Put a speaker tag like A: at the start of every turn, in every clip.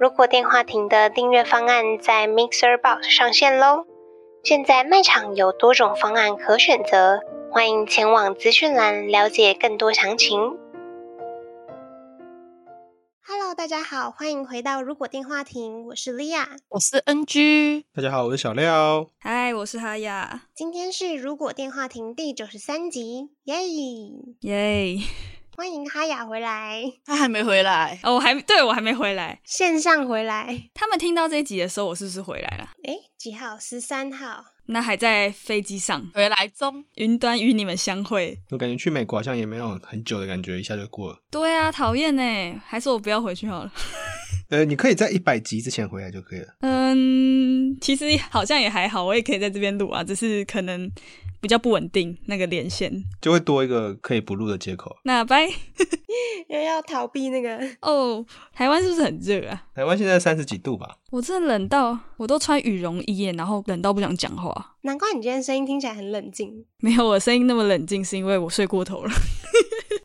A: 如果电话亭的订阅方案在 Mixer Box 上线喽。现在卖场有多种方案可选择，欢迎前往资讯栏了解更多详情。Hello，大家好，欢迎回到如果电话亭，我是莉亚。
B: 我是 NG，
C: 大家好，我是小廖。
D: 嗨，我是哈雅，
A: 今天是如果电话亭第九十三集，耶！
D: 耶！
A: 欢迎哈雅回来，
B: 他还没回来。
D: 哦，我还对我还没回来。
A: 线上回来。
D: 他们听到这一集的时候，我是不是回来了？
A: 诶，几号？十三号。
D: 那还在飞机上，
B: 回来中，
D: 云端与你们相会。
C: 我感觉去美国好像也没有很久的感觉，一下就过了。
D: 对啊，讨厌 呢，还是我不要回去好了。
C: 呃，你可以在一百集之前回来就可以了。
D: 嗯，其实好像也还好，我也可以在这边录啊，只是可能比较不稳定那个连线。
C: 就会多一个可以不录的借口。
D: 那拜
A: 又要逃避那个
D: 哦，台湾是不是很热啊？
C: 台湾现在三十几度吧？
D: 我真的冷到我都穿羽绒衣耶，然后冷到不想讲话。
A: 难怪你今天声音听起来很冷静。
D: 没有，我声音那么冷静是因为我睡过头了。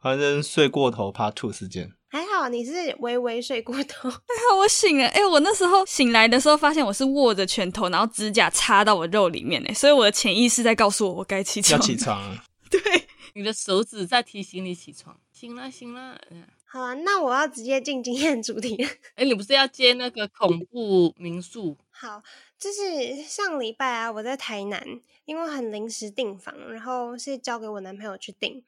C: 反正睡过头 Part Two 事件，
A: 还好你是微微睡过头，
D: 啊我醒了，哎、我那时候醒来的时候，发现我是握着拳头，然后指甲插到我肉里面，哎，所以我的潜意识在告诉我我该起
C: 要
D: 床。
C: 起床了。
B: 你的手指在提醒你起床，醒了醒了。嗯
A: 好啊，那我要直接进今天的主题了。
B: 哎，你不是要接那个恐怖民宿？
A: 好，就是上礼拜啊，我在台南，因为很临时订房，然后是交给我男朋友去订。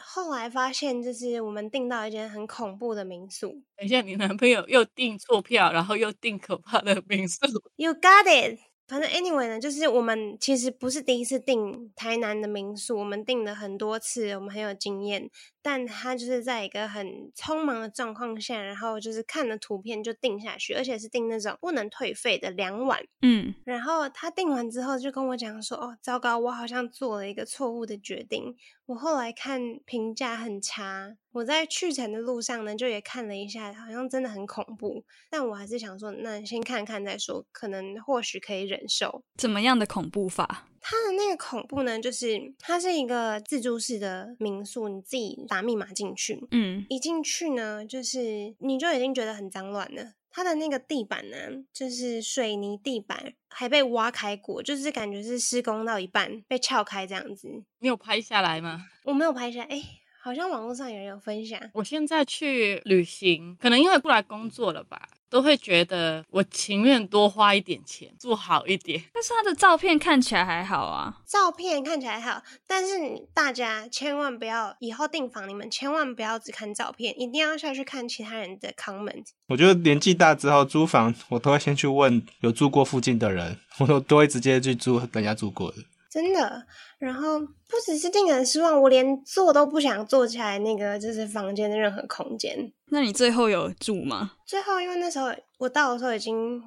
A: 后来发现，就是我们订到一间很恐怖的民宿。
B: 等一下，你男朋友又订错票，然后又订可怕的民宿。
A: You got it。反正 anyway 呢，就是我们其实不是第一次订台南的民宿，我们订了很多次，我们很有经验。但他就是在一个很匆忙的状况下，然后就是看了图片就订下去，而且是订那种不能退费的两晚。
D: 嗯，
A: 然后他订完之后就跟我讲说：“哦，糟糕，我好像做了一个错误的决定。我后来看评价很差，我在去程的路上呢，就也看了一下，好像真的很恐怖。但我还是想说，那先看看再说，可能或许可以忍受。
D: 怎么样的恐怖法？
A: 它的那个恐怖呢，就是它是一个自助式的民宿，你自己打密码进去，
D: 嗯，
A: 一进去呢，就是你就已经觉得很脏乱了。它的那个地板呢，就是水泥地板，还被挖开过，就是感觉是施工到一半被撬开这样子。
B: 你有拍下来吗？
A: 我没有拍下，哎、好像网络上有人有分享，
B: 我现在去旅行，可能因为过来工作了吧，都会觉得我情愿多花一点钱，做好一点。
D: 但是他的照片看起来还好啊。
A: 照片看起来好，但是你大家千万不要以后订房，你们千万不要只看照片，一定要下去看其他人的 comment。
C: 我觉得年纪大之后租房，我都会先去问有住过附近的人，我都都会直接去租人家住过的。
A: 真的。然后不只是令人失望，我连坐都不想坐起来，那个就是房间的任何空间。
D: 那你最后有住吗？
A: 最后，因为那时候我到的时候已经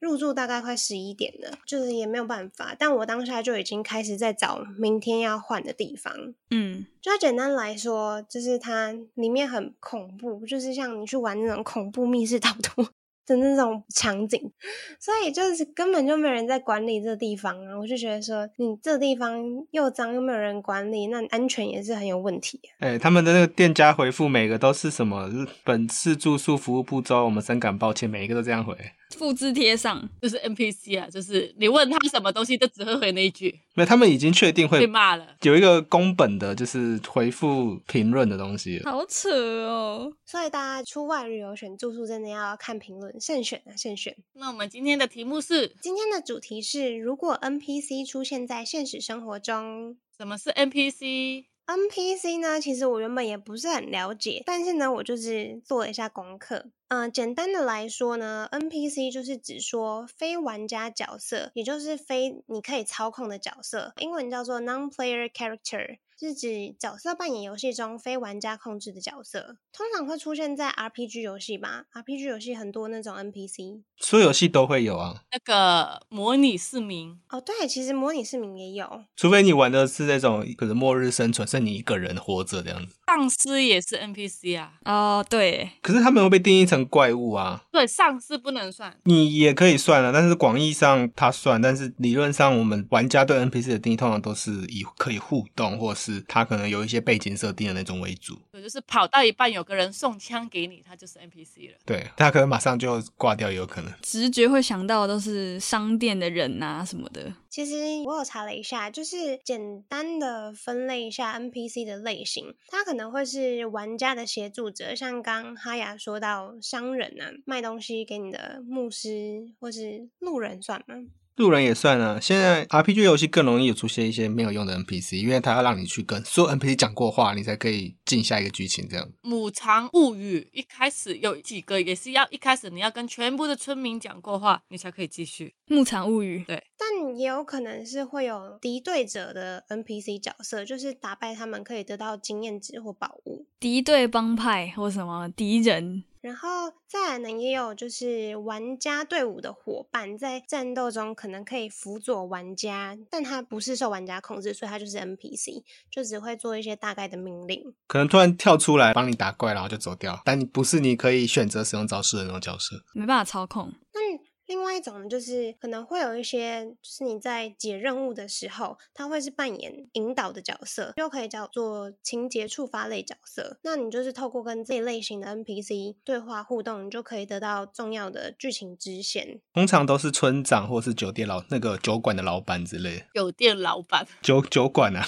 A: 入住大概快十一点了，就是也没有办法。但我当下就已经开始在找明天要换的地方。
D: 嗯，
A: 就它简单来说，就是它里面很恐怖，就是像你去玩那种恐怖密室逃脱的那种场景，所以就是根本就没有人在管理这个地方啊。我就觉得说，你这地方又脏又没有人管理，那安全也是很有问题、啊
C: 哎、他们的那个店家回复每个都是什么？本次住宿服务不周，我们深感抱歉，每一个都这样回。
D: 复制贴上。
B: 就是 NPC 啊，就是你问他什么东西，他只会回那一句，
C: 没有，他们已经确定
B: 被
C: 会
B: 骂了。
C: 有一个公本的，就是回复评论的东西了。
D: 好扯哦！
A: 所以大家出外旅游选住宿真的要看评论，慎选啊，慎选。
B: 那我们今天的题目是
A: 今天的主题是：如果 NPC 出现在现实生活中。
B: 什么是 NPC？
A: NPC 呢，其实我原本也不是很了解，但是呢，我就是做了一下功课。嗯、简单的来说呢，NPC 就是指说非玩家角色，也就是非你可以操控的角色，英文叫做 non-player character。是指角色扮演游戏中非玩家控制的角色，通常会出现在 RPG 游戏吧。RPG 游戏很多那种 NPC。
C: 所有游戏都会有啊，
B: 那个模拟市民，
A: 哦，对，其实模拟市民也有，
C: 除非你玩的是那种可能末日生存，剩你一个人活着这样子。
B: 丧尸也是 NPC 啊。
D: 哦，对，
C: 可是他们会被定义成怪物啊，
B: 对，丧尸不能算。
C: 你也可以算啊，但是广义上它算，但是理论上我们玩家对 NPC 的定义通常都是以可以互动，或是他可能有一些背景设定的那种为主。
B: 对，就是跑到一半有个人送枪给你，他就是 NPC 了。
C: 对，他可能马上就挂掉也有可能。
D: 直觉会想到的都是商店的人啊什么的。
A: 其实我有查了一下，就是简单的分类一下 NPC 的类型，它可能会是玩家的协助者，像刚哈雅说到商人啊，卖东西给你的牧师或是路人算吗？
C: 路人也算啊，现在 RPG 游戏更容易有出现一些没有用的 NPC，因为它要让你去跟所有 NPC 讲过话，你才可以进下一个剧情这样。
B: 母藏物语一开始有几个也是要一开始你要跟全部的村民讲过话，你才可以继续。
D: 牧场物语，
A: 但也有可能是会有敌对者的 NPC 角色，就是打败他们可以得到经验值或宝物。
D: 敌对帮派或什么敌人，
A: 然后再来呢，也有就是玩家队伍的伙伴在战斗中可能可以辅佐玩家，但他不是受玩家控制，所以他就是 NPC，就只会做一些大概的命令。
C: 可能突然跳出来帮你打怪，然后就走掉，但你不是你可以选择使用招式的那种角色。
D: 没办法操控。
A: 那另外一种呢就是可能会有一些，就是你在解任务的时候，他会是扮演引导的角色，又可以叫做情节触发类角色。那你就是透过跟这一类型的 NPC 对话互动，你就可以得到重要的剧情支线。
C: 通常都是村长或是酒店老那个酒馆的老板之类的，
B: 酒店老板，
C: 酒酒馆啊，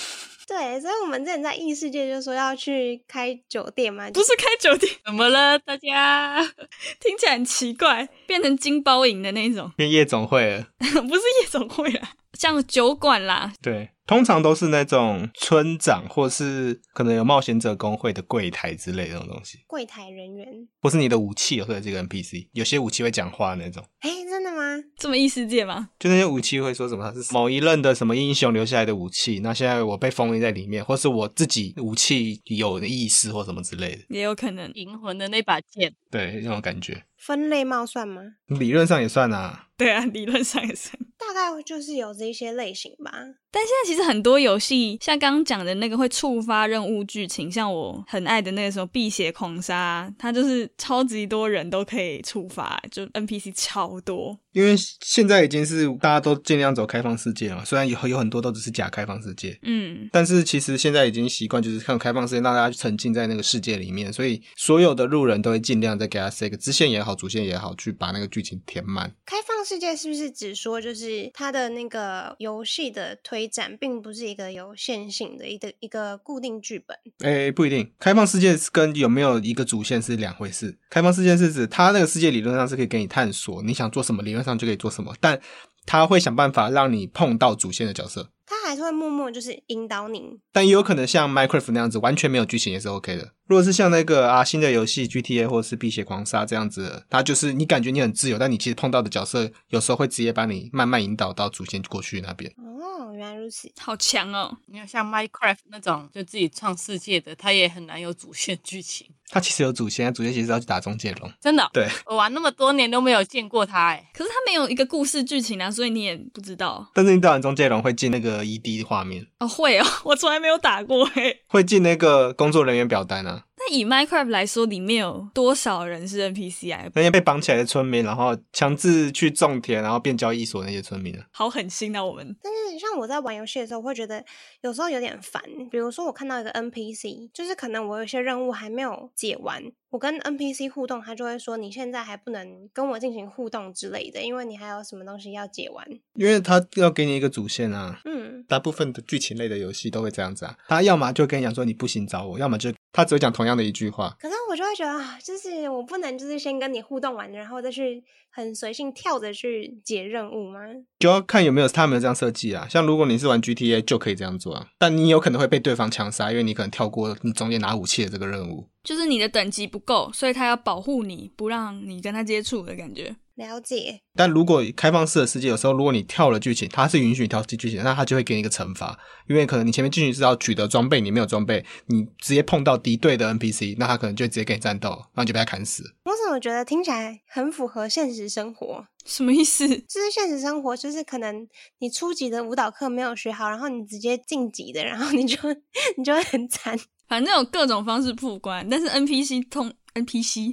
A: 对，所以我们之前在异世界就说要去开酒店嘛，
D: 不是开酒店，
B: 怎么了大家？
D: 听起来很奇怪，变成金包银的那 种，
C: 变夜总会了。
D: 不是夜总会啦，像酒馆啦，
C: 对，通常都是那种村长或是可能有冒险者工会的柜台之类的那种东西，
A: 柜台人员。
C: 或是你的武器会有这个 NPC，有些武器会讲话那种。
A: 哎，真的吗？
D: 这么异世界吗？
C: 就那些武器会说什么？它是某一任的什么英雄留下来的武器，那现在我被封印在里面，或是我自己武器有意识或什么之类的，
D: 也有可能。
B: 银魂的那把剑，
C: 对，那种感觉，
A: 分类帽算吗？
C: 理论上也算啊。
D: 对啊，理论上也是。
A: 大概就是有这一些类型吧。
D: 但现在其实很多游戏，像刚刚讲的那个会触发任务剧情，像我很爱的那个什么《辟邪狂杀》，它就是超级多人都可以触发，就 NPC 超多。
C: 因为现在已经是大家都尽量走开放世界了嘛，虽然有有很多都只是假开放世界，
D: 嗯，
C: 但是其实现在已经习惯就是看开放世界，让大家沉浸在那个世界里面，所以所有的路人都会尽量再给他塞个支线也好，主线也好，去把那个剧情填满。
A: 开放世界是不是只说就是它的那个游戏的推展，并不是一个有线性的一个一个固定剧本？
C: 诶，哎不一定，开放世界是跟有没有一个主线是两回事。开放世界是指它那个世界理论上是可以给你探索，你想做什么，理论上就可以做什么，但它会想办法让你碰到主线的角色。
A: 它还是会默默就是引导你。
C: 但也有可能像 Minecraft 那样子完全没有剧情也是 OK 的。如果是像那个啊新的游戏 GTA 或是《辟邪狂杀》这样子的，它就是你感觉你很自由，但你其实碰到的角色有时候会直接把你慢慢引导到主线过去那边。
A: 哦，原来如此。
D: 好强哦！
B: 你看像 Minecraft 那种就自己创世界的，它也很难有主线剧情，
C: 它其实有主线，主线其实要去打中介龙。
B: 真的哦、
C: 对，
B: 我玩那么多年都没有见过它，哎，
D: 可是它没有一个故事剧情啊，所以你也不知道
C: 但是你打完中介龙会进那个 ED 画面，
D: 哦。会哦，我从来没有打过诶。
C: 会进那个工作人员表单啊，
D: 那以 Minecraft 来说，里面有多少人是 NPC 啊？
C: 那些被绑起来的村民，然后强制去种田，然后变交易所那些村民啊。
D: 好狠心啊，我们
A: 但是像我在玩游戏的时候，会觉得有时候有点烦。比如说，我看到一个 NPC，就是可能我有一些任务还没有解完，我跟 NPC 互动，他就会说你现在还不能跟我进行互动之类的，因为你还有什么东西要解完。
C: 因为他要给你一个主线啊，
A: 嗯，
C: 大部分的剧情类的游戏都会这样子啊，他要么就跟你讲说你不行找我，要么就他只会讲同样的一句话。
A: 可是我就会觉得啊，就是我不能就是先跟你互动完，然后再去很随性跳着去解任务吗？
C: 就要看有没有他有没有这样设计啊。像如果你是玩 GTA 就可以这样做啊，但你有可能会被对方枪杀，因为你可能跳过你中间拿武器的这个任务。
D: 就是你的等级不够，所以他要保护你不让你跟他接触的感觉。
A: 了解，
C: 但如果开放式的世界，有时候如果你跳了剧情，它是允许你跳剧情，那它就会给你一个惩罚，因为可能你前面进去是要取得装备，你没有装备，你直接碰到敌对的 NPC，那他可能就直接跟你战斗，然后你就被他砍死。
A: 我怎么觉得听起来很符合现实生活？
D: 什么意思？
A: 就是现实生活，就是可能你初级的舞蹈课没有学好，然后你直接晋级的，然后你就 你就会很惨。
D: 反正有各种方式曝光，但是 NPC 通 NPC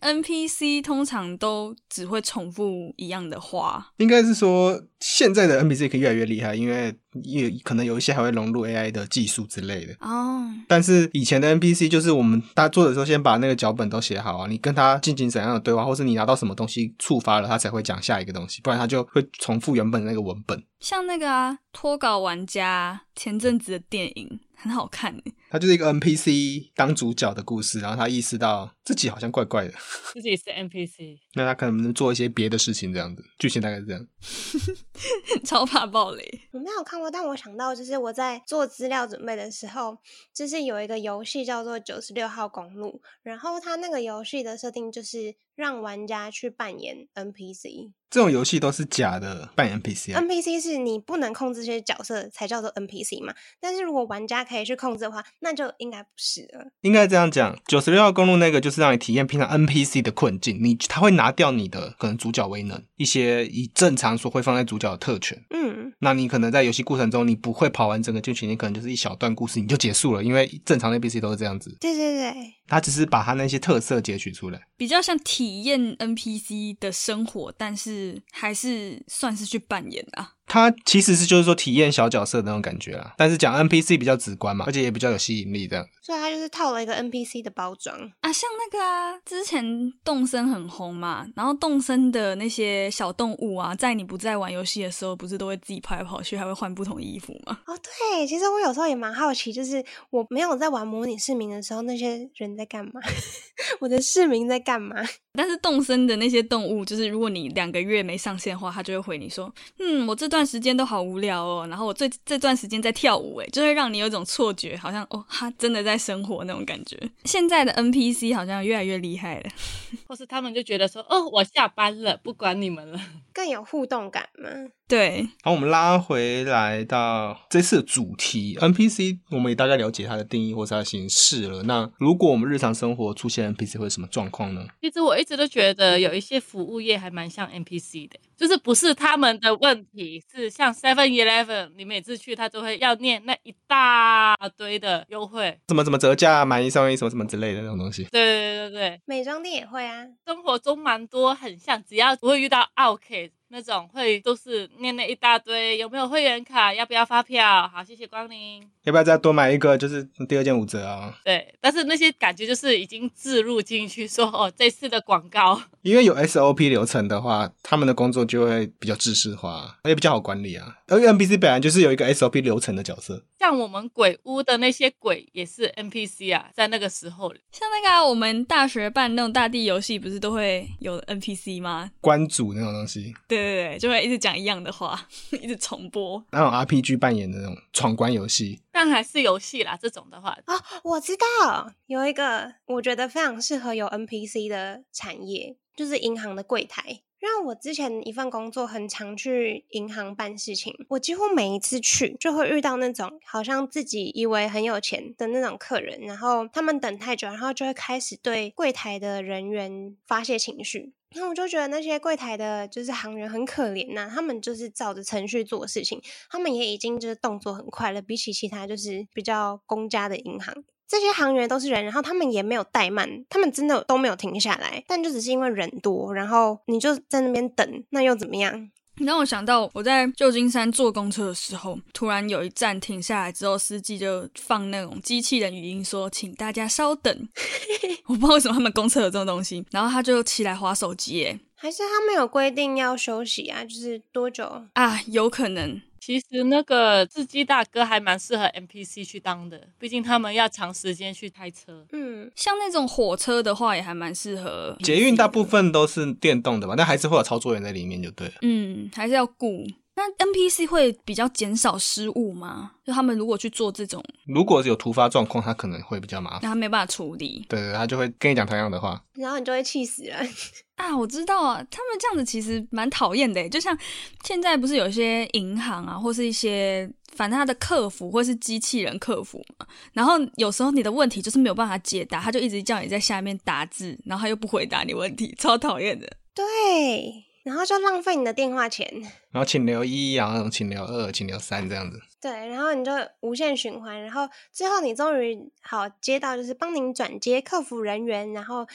D: NPC 通常都只会重复一样的话。
C: 应该是说现在的 NPC 可以越来越厉害，因为也可能有一些还会融入 AI 的技术之类的。
D: 哦，
C: 但是以前的 NPC 就是我们大家做的时候，先把那个脚本都写好啊，你跟他进行怎样的对话，或是你拿到什么东西触发了，他才会讲下一个东西，不然他就会重复原本的那个文本。
D: 像那个啊，脱稿玩家前阵子的电影很好看 耶，
C: 他就是一个 NPC 当主角的故事，然后他意识到自己好像怪怪的，
B: 自己是 NPC，
C: 那他可能能做一些别的事情，这样子剧情大概是这样。
D: 超怕暴雷。
A: 我没有看过，但我想到就是我在做资料准备的时候，就是有一个游戏叫做《九十六号公路》，然后它那个游戏的设定就是让玩家去扮演 NPC，NPC
C: 这种游戏都是假的扮演 NPC 啊，
A: 是你不能控制这些角色才叫做 NPC 嘛，但是如果玩家可以去控制的话，那就应该不是了。
C: 应该这样讲。九十六号公路那个就是让你体验平常 NPC 的困境，你他会拿掉你的可能主角威能，一些以正常所会放在主角的特权。
A: 嗯，
C: 那你可能在游戏过程中，你不会跑完整个剧情，你可能就是一小段故事你就结束了，因为正常的 NPC 都是这样子，
A: 对对对，
C: 他只是把他那些特色截取出来。
D: 比较像体验 NPC 的生活，但是还是算是去扮演啊。
C: 他其实是就是说体验小角色的那种感觉啦，但是讲 NPC 比较直观嘛，而且也比较有吸引力这样。
A: 所以它就是套了一个 NPC 的包装。
D: 啊，像那个啊，之前动森很红嘛，然后动森的那些小动物啊，在你不在玩游戏的时候，不是都会自己跑来跑去，还会换不同衣服吗？
A: 哦，对，其实我有时候也蛮好奇，就是我没有在玩模拟市民的时候，那些人在干嘛？ 我的市民在干嘛？
D: 但是动森的那些动物，就是如果你两个月没上线的话，它就会回你说，嗯，我这段时间都好无聊哦，然后我这这段时间在跳舞，诶，就会让你有一种错觉，好像哦，它真的在生活那种感觉。现在的 NPC 好像越来越厉害了，
B: 或是他们就觉得说，哦，我下班了，不管你们了。
A: 更有互动感嘛？
D: 对，
C: 好，我们拉回来到这次的主题 NPC，我们也大概了解它的定义或是它的形式了。那如果我们日常生活出现 NPC 会有什么状况呢？
B: 其实我一直都觉得有一些服务业还蛮像 NPC 的，就是不是他们的问题，是像 Seven Eleven，你每次去他都会要念那一大堆的优惠。
C: 怎么怎么折价、买一送一什么什么之类的那种东西。
B: 对对对对，
A: 美妆店也会啊，
B: 生活中蛮多很像，只要不会遇到 OK 那种，会都是念那一大堆，有没有会员卡，要不要发票？好，谢谢光临。
C: 要不要再多买一个？就是第二件五折啊，
B: 对，但是那些感觉就是已经置入进去说，哦，这次的广告。
C: 因为有 SOP 流程的话，他们的工作就会比较制式化，也比较好管理啊。而 NPC 本来就是有一个 SOP 流程的角色，
B: 像我们鬼屋的那些鬼也是 NPC 啊，在那个时候
D: 像那个、啊、我们大学办那种大地游戏，不是都会有 NPC 吗？
C: 关主那种东西，
D: 对对对，就会一直讲一样的话， 一直重播。
C: 那种 RPG 扮演的那种闯关游戏，
B: 但还是游戏啦。这种的话，
A: 哦，我知道有一个我觉得非常适合有 NPC 的产业，就是银行的柜台。因为我之前一份工作很常去银行办事情，我几乎每一次去就会遇到那种好像自己以为很有钱的那种客人，然后他们等太久，然后就会开始对柜台的人员发泄情绪。那我就觉得那些柜台的，就是行员很可怜呐、他们就是照着程序做事情，他们也已经就是动作很快了，比起其他就是比较公家的银行。这些行员都是人，然后他们也没有怠慢，他们真的都没有停下来，但就只是因为人多，然后你就在那边等，那又怎么样？
D: 你让我想到我在旧金山坐公车的时候，突然有一站停下来之后，司机就放那种机器人语音说：“请大家稍等。” 我不知道为什么他们公车有这种东西，然后他就起来划手机耶。
A: 还是他们有规定要休息啊？就是多久？
D: 啊，有可能
B: 其实那个司机大哥还蛮适合 NPC 去当的，毕竟他们要长时间去开车。
A: 嗯，
D: 像那种火车的话，也还蛮适合
C: 捷运大部。分都是电动的吧，但还是会有操作员在里面就对了。
D: 嗯，还是要顾。那 NPC 会比较减少失误吗？就他们如果去做这种，
C: 如果有突发状况，他可能会比较麻
D: 那
C: 烦。
D: 他没办法处理
C: 对对，他就会跟你讲同样的话。
A: 然后你就会气死人。
D: 啊！我知道啊，他们这样子其实蛮讨厌的耶。欸就像现在不是有一些银行啊，或是一些反正他的客服或是机器人客服嘛，然后有时候你的问题就是没有办法解答，他就一直叫你在下面打字，然后他又不回答你问题，超讨厌的。
A: 对，然后就浪费你的电话钱。
C: 然后请留一，啊然后请留二，请留三这样子。
A: 对，然后你就无限循环，然后最后你终于好接到就是帮您转接客服人员，然后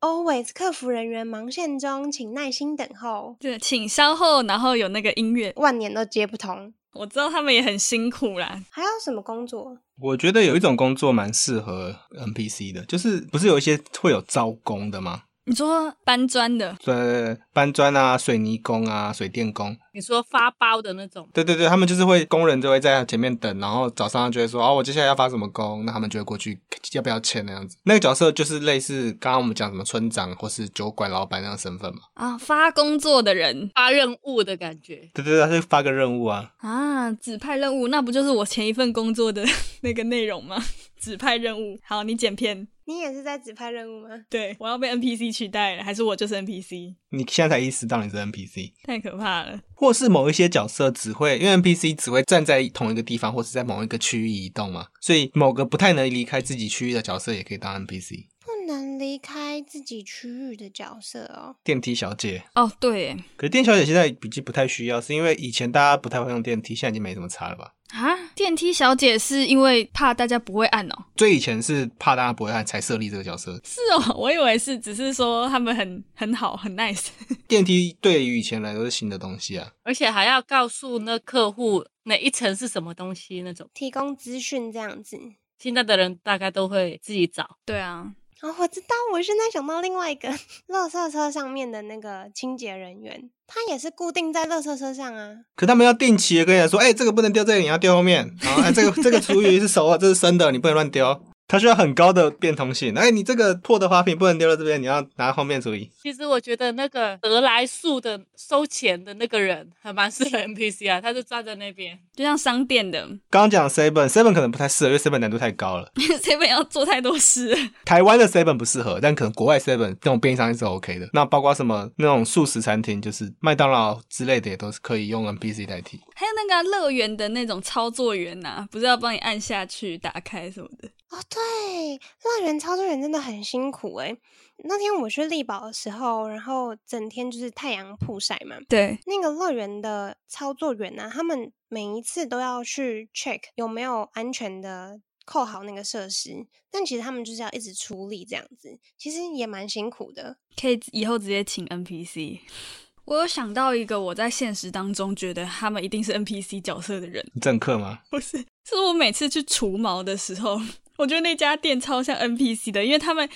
A: always 客服人员忙线中，请耐心等候，
D: 对，请稍后，然后有那个音乐，
A: 万年都接不通。
D: 我知道他们也很辛苦啦。
A: 还有什么工作？
C: 我觉得有一种工作蛮适合 NPC 的，就是不是有一些会有招工的吗？
D: 你说搬砖的，
C: 对对对，搬砖啊、水泥工啊、水电工，
B: 你说发包的那种，
C: 对对对，他们就是会工人就会在前面等，然后早上就会说哦，我接下来要发什么工，那他们就会过去要不要签那样子。那个角色就是类似刚刚我们讲什么村长或是酒馆老板那样的身份嘛。
D: 啊，发工作的人
B: 发任务的感觉。
C: 对对对，他就发个任务啊，
D: 啊，指派任务，那不就是我前一份工作的 那个内容吗？ 指派任务，好，你剪片，
A: 你也是在指派任务吗？
D: 对我要被 NPC 取代了，还是我就是 NPC？
C: 你现在才意识到你是 NPC。
D: 太可怕了！
C: 或是某一些角色只会，因为 NPC 只会站在同一个地方，或是在某一个区域移动嘛，所以某个不太能离开自己区域的角色也可以当 NPC。
A: 不能离开自己区域的角色哦。
C: 电梯小姐，
D: 哦，对耶，
C: 可是电梯小姐现在笔记不太需要，是因为以前大家不太会用电梯，现在已经没什么差了吧？
D: 啊，电梯小姐是因为怕大家不会按哦，
C: 最以前是怕大家不会按才设立这个角色。
D: 是哦，我以为是，只是说他们很很好，很 nice。
C: 电梯对于以前来说是新的东西啊，
B: 而且还要告诉那客户哪一层是什么东西那种。
A: 提供资讯这样子。
B: 现在的人大概都会自己找，
D: 对啊，
A: 哦，我知道，我现在想到另外一个， 垃圾车上面的那个清洁人员，他也是固定在垃圾车上啊。
C: 可他们要定期的跟人家说，哎、这个不能丢这里，你要丢后面。然后，哎、这个 这个厨余是熟啊，这是生的，你不能乱丢。它需要很高的变通性。哎、你这个破的花瓶不能丢到这边，你要拿后面处理。
B: 其实我觉得那个得来速的收钱的那个人还蛮适合 NPC 啊，他就站在那边。
D: 就像商店的
C: 刚刚讲 seven seven 可能不太适合，因为 seven 难度太高了。
D: ，seven 要做太多事了，
C: 台湾的 seven 不适合，但可能国外 seven 这种便利商店是 OK 的。那包括什么那种素食餐厅，就是麦当劳之类的，也都是可以用 NPC 代替。
D: 还有那个啊乐园的那种操作员呐、不是要帮你按下去、打开什么的。
A: 哦，对，乐园操作员真的很辛苦诶、那天我去力宝的时候，然后整天就是太阳曝晒嘛。
D: 对，
A: 那个乐园的操作员呢、他们每一次都要去 check 有没有安全的扣好那个设施，但其实他们就是要一直处理这样子，其实也蛮辛苦的。
D: 可以以后直接请 NPC。我有想到一个我在现实当中觉得他们一定是 NPC 角色的人，
C: 政客吗？
D: 是我每次去除毛的时候，我觉得那家店超像 NPC 的，因为他们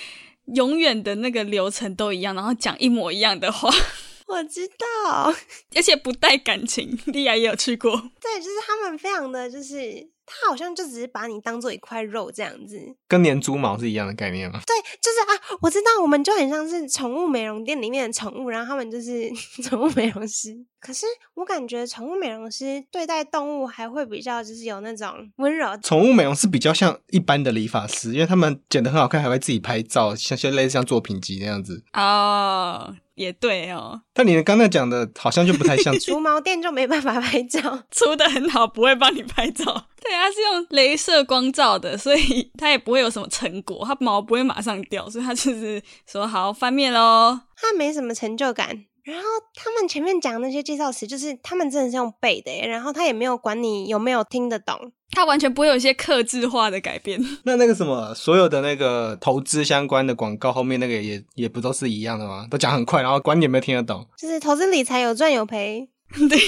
D: 永远的那个流程都一样，然后讲一模一样的话，
A: 我知道，
D: 而且不带感情。 莉亚也有去过，
A: 对，就是他们非常的就是。他好像就只是把你当做一块肉这样子，
C: 跟粘猪毛是一样的概念吗？
A: 对，就是啊，我知道，我们就很像是宠物美容店里面的宠物，然后他们就是 宠物美容师。可是我感觉宠物美容师对待动物还会比较就是有那种温柔，
C: 宠物美容是比较像一般的理发师，因为他们剪得很好看，还会自己拍照，像像类似像作品集那样子。
D: 哦，也对哦，
C: 但你刚才讲的好像就不太像
A: 除毛店就没办法拍照。
D: 出的很好，不会帮你拍照。 对，它是用镭射光照的，所以它也不会有什么成果，它毛不会马上掉，所以它就是说好翻面喽。
A: 他没什么成就感。然后他们前面讲那些介绍词，就是他们真的是用背的耶，然后他也没有管你有没有听得懂。
D: 它完全不会有一些克制化的改变。
C: 那那个什么，所有的那个投资相关的广告后面那个也也不都是一样的吗？都讲很快，然后管你有没有听得懂。
A: 就是投资理财有赚有赔，
D: 对，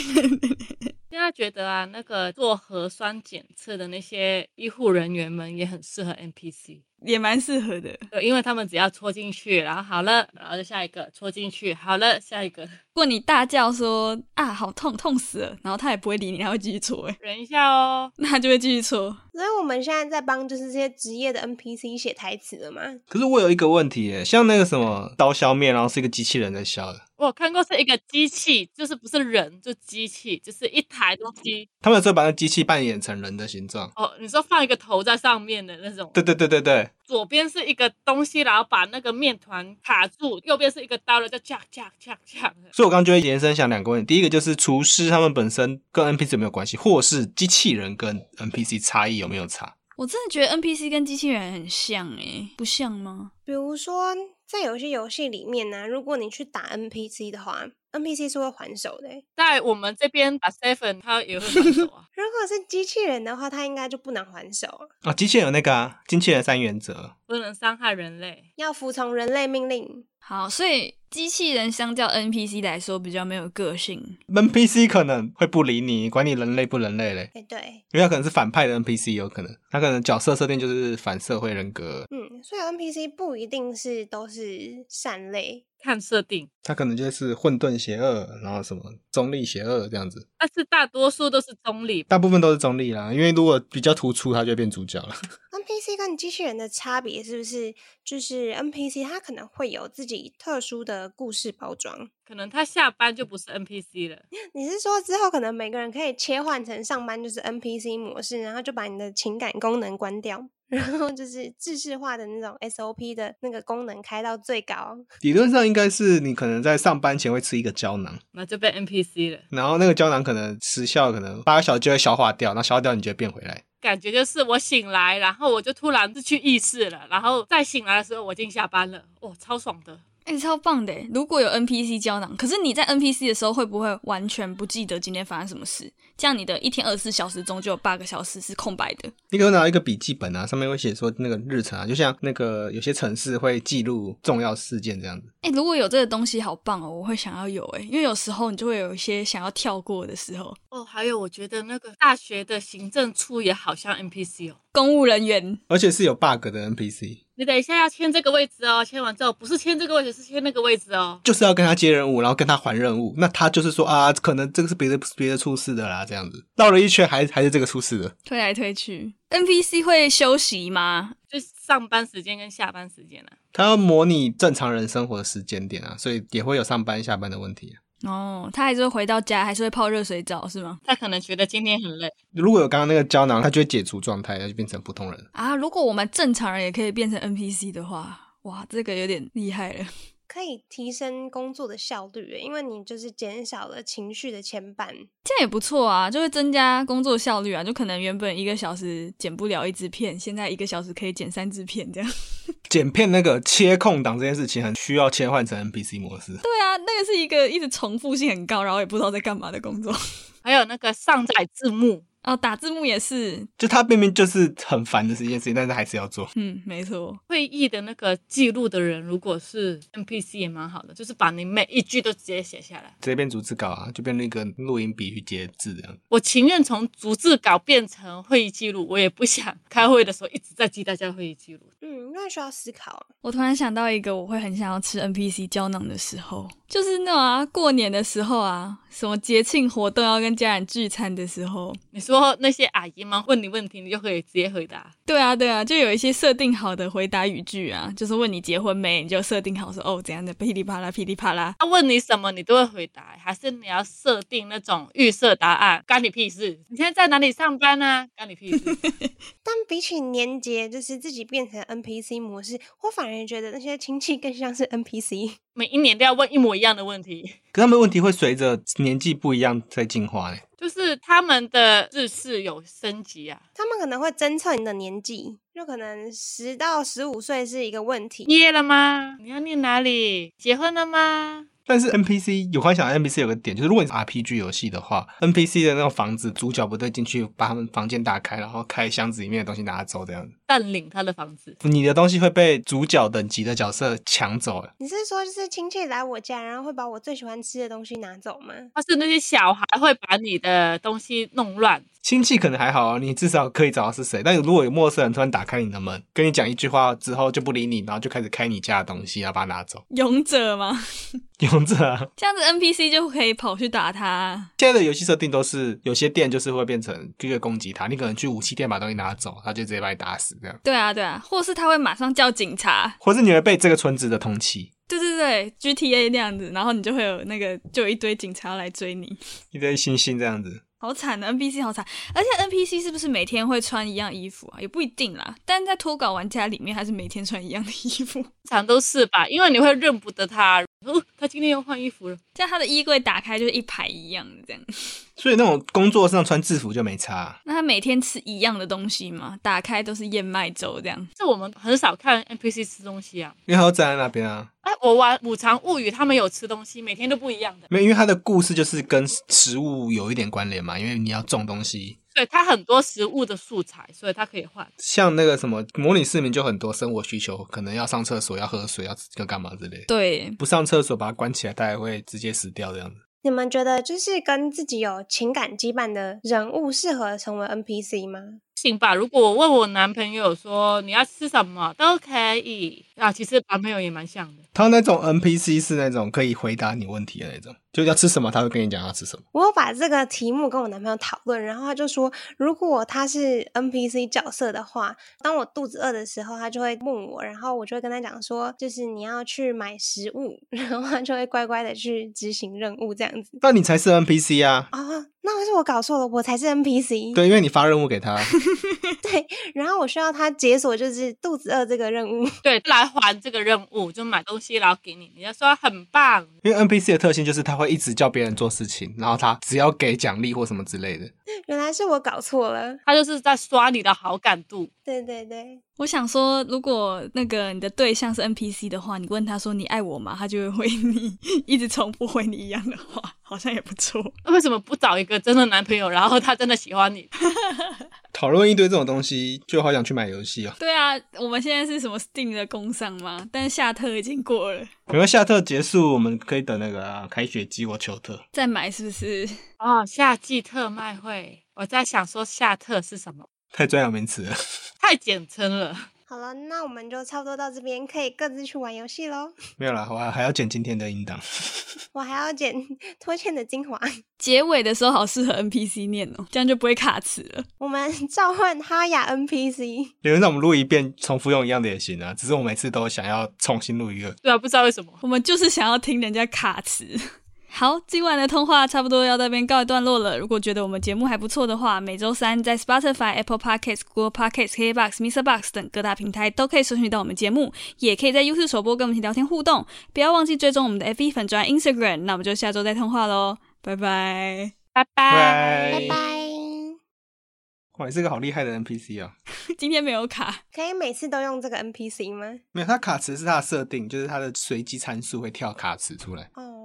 B: 现在觉得啊，那个做核酸检测的那些医护人员们也很适合 NPC。
D: 也蛮适合的。
B: 对，因为他们只要戳进去，然后好了，然后就下一个戳进去，好了，下一个。
D: 如果你大叫说啊好痛，痛死了，然后他也不会理你，他会继续戳、欸，
B: 忍一下哦，
D: 那他就会继续戳。
A: 所以我们现在在帮就是这些职业的 NPC 写台词了吗？
C: 可是我有一个问题耶，像那个什么刀削面，然后是一个机器人在削的，
B: 我有看过是一个机器，就是不是人，就机器，就是一台东西。
C: 他们有时候把那机器扮演成人的形状。
B: 哦，你说放一个头在上面的那种，
C: 对对对对对，
B: 左边是一个东西，然后把那个面团卡住，右边是一个刀了，叫 jack jack jack jack。
C: 所以我刚刚就会延伸想两个问题，第一个就是厨师他们本身跟 NPC 有没有关系，或是机器人跟 NPC 差异有没有差？
D: 我真的觉得 NPC 跟机器人很像诶、不像吗？
A: 比如说在有些游戏里面呢、如果你去打 NPC 的话，NPC 是会还手的欸、。
B: 在我们这边打 seven，他也会还手啊
A: 如果是机器人的话，它应该就不能还手啊，
C: 啊，机器人有那个啊，机器人三原则，
B: 不能伤害人类。
A: 要服从人类命令。
D: 好，所以机器人相较 NPC 来说比较没有个性。
C: NPC 可能会不理你，管你人类不人类嘞，
A: 哎、对，
C: 因为他可能是反派的 NPC，有可能他可能角色设定就是反社会人格，
A: 嗯，所以 NPC 不一定是都是善类，
B: 看设定，
C: 他可能就是混沌邪恶，然后什么中立邪恶这样子，
B: 但是大多数都是中立吧。
C: 大部分都是中立啦，因为如果比较突出，他就会变主角了。
A: NPC 跟机器人的差别是不是就是 NPC 它可能会有自己特殊的故事包装？
B: 可能他下班就不是 NPC 了，
A: 你是说之后可能每个人可以切换成上班就是 NPC 模式，然后就把你的情感功能关掉，然后就是制式化的那种 SOP 的那个功能开到最高？
C: 理论上应该是你可能在上班前会吃一个胶囊，
B: 那就变 NPC 了。
C: 然后那个胶囊可能时效可能八个小时就会消化掉，然后消化掉你就会变回来。
B: 感觉就是我醒来，然后我就突然失去意识了，然后再醒来的时候我已经下班了，哦，超爽的。
D: 哎、超棒的欸！如果有 NPC 胶囊，可是你在 NPC 的时候会不会完全不记得今天发生什么事？这样你的一天二十四小时中就有八个小时是空白的。
C: 你可能拿一个笔记本啊，上面会写说那个日程啊，就像那个有些城市会记录重要事件这样子。
D: 哎、如果有这个东西，好棒哦！我会想要有哎、因为有时候你就会有一些想要跳过的时候。
B: 哦，还有我觉得那个大学的行政处也好像 NPC 哦。
D: 公务人员
C: 而且是有 bug 的 NPC，
B: 你等一下要签这个位置哦，签完之后不是签这个位置，是签那个位置哦。
C: 就是要跟他接任务，然后跟他还任务。那他就是说啊，可能这个是别的别的出事的啦，这样子绕了一圈还还是这个出事的。
D: 推来推去，NPC 会休息吗？
B: 就上班时间跟下班时间啊。
C: 他要模拟正常人生活的时间点啊，所以也会有上班下班的问题、啊。
D: 哦，他还是会回到家，还是会泡热水澡是吗？
B: 他可能觉得今天很累，
C: 如果有刚刚那个胶囊，他就会解除状态，他就变成普通人。
D: 啊，如果我们正常人也可以变成 NPC 的话，哇，这个有点厉害了。
A: 可以提升工作的效率耶，欸因为你就是减少了情绪的牵绊。
D: 这样也不错啊，就会增加工作效率啊。就可能原本一个小时剪不了一支片，现在一个小时可以剪三支片这 样。
C: 剪片那个切空档这件事情，很需要切换成 NPC 模式。
D: 对啊，那个是一个一直重复性很高，然后也不知道在干嘛的工 作。
B: 还有那个上载字幕，
D: 哦，打字幕也是，
C: 就他明明就是很烦的一件事情，但是还是要做。
D: 嗯，没错。
B: 会议的那个记录的人，如果是 NPC 也蛮好的，就是把你每一句都直接写下来。
C: 直接变逐字稿啊，就变那个录音笔去截字这样。
B: 我情愿从逐字稿变成会议记录，我也不想开会的时候一直在记大家的会议记录。
A: 嗯，因为需要思考。
D: 我突然想到一个我会很想要吃 NPC 胶囊的时候，就是那种啊，过年的时候啊，什么节庆活动要跟家人聚餐的时候，
B: 你说那些阿姨们问你问题，你就可以直接回答。
D: 对啊，对啊，就有一些设定好的回答语句啊，就是问你结婚没，你就设定好说哦怎样的噼里啪啦噼里啪啦。
B: 她问你什么，你都会回答，还是你要设定那种预设答案？干你屁事！你现在在哪里上班啊？干你屁事！
A: 但比起年节，就是自己变成 NPC 模式，我反而觉得那些亲戚更像是 NPC。
B: 每一年都要问一模一样的问题，
C: 可他们问题会随着年纪不一样在进化欸嘞。
B: 就是他们的日式有升级啊。
A: 他们可能会侦测你的年纪，就可能十到十五岁是一个问题。
B: 毕业了吗？你要念哪里？结婚了吗？
C: 但是 NPC 有幻想 NPC 有个点，就是如果你是 RPG 游戏的话，NPC 的那种房子主角不对进去，把他们房间打开，然后开箱子里面的东西拿走这样子。
B: 占领他的房子。
C: 你的东西会被主角等级的角色抢走，
A: 你是说就是亲戚来我家，然后会把我最喜欢吃的东西拿走吗？
B: 他是那些小孩会把你的东西弄乱，
C: 亲戚可能还好啊，你至少可以找到是谁。但如果有陌生人突然打开你的门，跟你讲一句话之后就不理你，然后就开始开你家的东西，然后把它拿走，
D: 勇者嘛，
C: 勇者、啊。
D: 这样子 NPC 就可以跑去打他。
C: 现在的游戏设定都是有些店就是会变成一个攻击他，你可能去武器店把东西拿走，他就直接把你打死这样，
D: 对啊，对啊，或是他会马上叫警察。
C: 或是你会被这个村子的通缉，
D: 对对对，GTA 那样子，然后你就会有那个，就有一堆警察来追你，
C: 一堆星星这样子。
D: 好惨啊的 NPC 好惨，而且 NPC 是不是每天会穿一样衣服啊？也不一定啦，但在脱稿玩家里面，他是每天穿一样的衣服，
B: 通常都是吧，因为你会认不得他。哦，他今天又换衣服了，
D: 像他的衣柜打开就是一排一样的这样。
C: 所以那种工作上穿制服就没差啊、
D: 那他每天吃一样的东西吗？打开都是燕麦粥这样。
B: 这我们很少看 NPC 吃东西啊。
C: 因为他都站在那边啊。
B: 哎，我玩《五常物语》，他们有吃东西，每天都不一样的。
C: 没有，因为他的故事就是跟食物有一点关联嘛，因为你要种东西，
B: 对，它很多食物的素材，所以它可以换。
C: 像那个什么模拟市民就很多生活需求，可能要上厕所、要喝水、要要干嘛之类的。
D: 对，
C: 不上厕所把它关起来，它也会直接死掉这样子。
A: 你们觉得就是跟自己有情感羁绊的人物适合成为 NPC 吗？
B: 行吧，如果我问我男朋友说你要吃什么都可以啊，其实男朋友也蛮像的。
C: 他那种 NPC 是那种可以回答你问题的那种，就要吃什么他会跟你讲要吃什么。
A: 我有把这个题目跟我男朋友讨论，然后他就说，如果他是 NPC 角色的话，当我肚子饿的时候，他就会问我，然后我就会跟他讲说，就是你要去买食物，然后他就会乖乖的去执行任务这样子。
C: 那你才是 NPC 啊。
A: 哦，那是我搞错了，我才是 NPC。
C: 对，因为你发任务给他，
A: 然后我需要他解锁就是肚子饿这个任务。
B: 对，来还这个任务，就买东西然后给你，你要说很棒，
C: 因为 NPC 的特性就是他会一直叫别人做事情，然后他只要给奖励或什么之类的。
A: 原来是我搞错了。
B: 他就是在刷你的好感度。
A: 对对对，
D: 我想说，如果那个你的对象是 NPC 的话，你问他说你爱我吗？他就会回你，一直重复回你一样的话，好像也不错。
B: 那为什么不找一个真的男朋友，然后他真的喜欢你？
C: 讨论一堆这种东西，就好想去买游戏哦。
D: 对啊，我们现在是什么 Steam 的工商吗？但是夏特已经过了，
C: 没关系夏特结束，我们可以等那个、啊、开学季或秋特。
D: 再买是不是？
B: 哦，夏季特卖会，我在想说夏特是什么，
C: 太专有名词了。
B: 太简称了。
A: 好了，那我们就差不多到这边，可以各自去玩游戏喽。
C: 没有啦，我还要剪今天的音档。
A: 我还要剪 拖欠的精华。
D: 结尾的时候好适合 NPC 念哦，这样就不会卡词了。
A: 我们 召唤哈雅 NPC，
C: 有人让我们录一遍，重复用一样的也行啊。只是我每次都想要重新录一个。
B: 对啊，不知道为什么。
D: 我们就是想要听人家卡词。好，今晚的通话差不多要到这边告一段落了。如果觉得我们节目还不错的话，每周三在 Spotify、Apple Podcasts、Google Podcasts、KBox、Mr. Box 等各大平台都可以搜寻到我们节目，也可以在 YouTube 首播跟我们一起聊天互动。不要忘记追踪我们的 FB 粉专 Instagram。那我们就下周再通话喽，拜拜。
B: 拜拜。
A: 拜拜。
C: 哇，你是个好厉害的 NPC 啊！
D: 今天没有卡，
A: 可以每次都用这个 NPC 吗？
C: 没有，它卡池是它的设定，就是它的随机参数会跳卡池出来。
A: 哦。